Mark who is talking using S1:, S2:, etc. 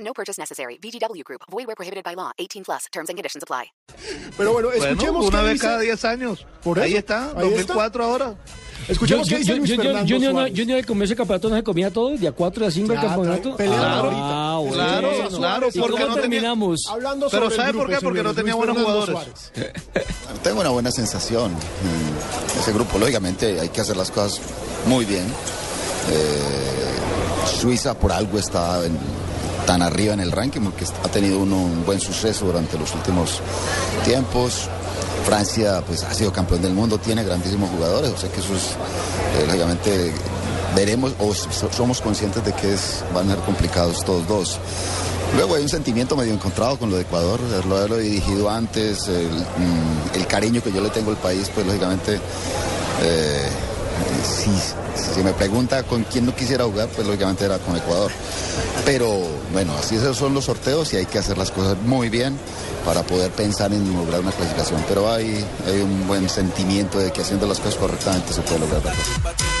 S1: No purchase necessary. VGW Group. Void where prohibited by law. 18 plus. Terms and conditions apply.
S2: Pero bueno,
S3: Bueno,
S2: escuchemos
S3: una
S2: qué
S3: vez
S2: dice-
S3: cada 10 años.
S2: Por
S3: ahí
S2: eso,
S3: está,
S2: ahí
S3: 2004 ahora.
S2: Escuchemos qué dice Luis Fernando
S4: Junior, no,
S2: Suárez.
S4: Junior al comienzo del campeonato no se comía todo, de a 4 a 5 el
S2: Ah,
S4: campeonato.
S2: pelea
S3: la
S4: ah,
S2: favorita.
S4: bueno.
S3: Claro,
S2: Suárez,
S3: claro,
S4: ¿Y
S2: Suárez,
S3: porque
S4: cómo
S3: no tenía...
S4: terminamos?
S2: Hablando
S3: Pero
S2: sobre el
S3: ¿sabe por
S2: grupo,
S3: qué? Porque no
S2: señores,
S3: tenía
S2: Luis
S3: buenos
S2: Fernando
S3: jugadores.
S2: Suárez.
S5: Tengo una buena sensación. Mm, Ese grupo, lógicamente, hay que hacer las cosas muy bien. Eh, Suiza por algo está en- tan arriba en el ranking porque ha tenido uno un buen suceso durante los últimos tiempos. Francia pues ha sido campeón del mundo, tiene grandísimos jugadores, o sea que eso es, eh, lógicamente, veremos o so- somos conscientes de que es, van a ser complicados todos dos. Luego hay un sentimiento medio encontrado con lo de Ecuador, eh, lo lo he dirigido antes, el, mm, el cariño que yo le tengo al país, pues lógicamente, eh, si, si me pregunta con quién no quisiera jugar, pues lógicamente era con Ecuador. Pero bueno, así esos son los sorteos y hay que hacer las cosas muy bien para poder pensar en lograr una clasificación. Pero hay, hay un buen sentimiento de que haciendo las cosas correctamente se puede lograr la cosa.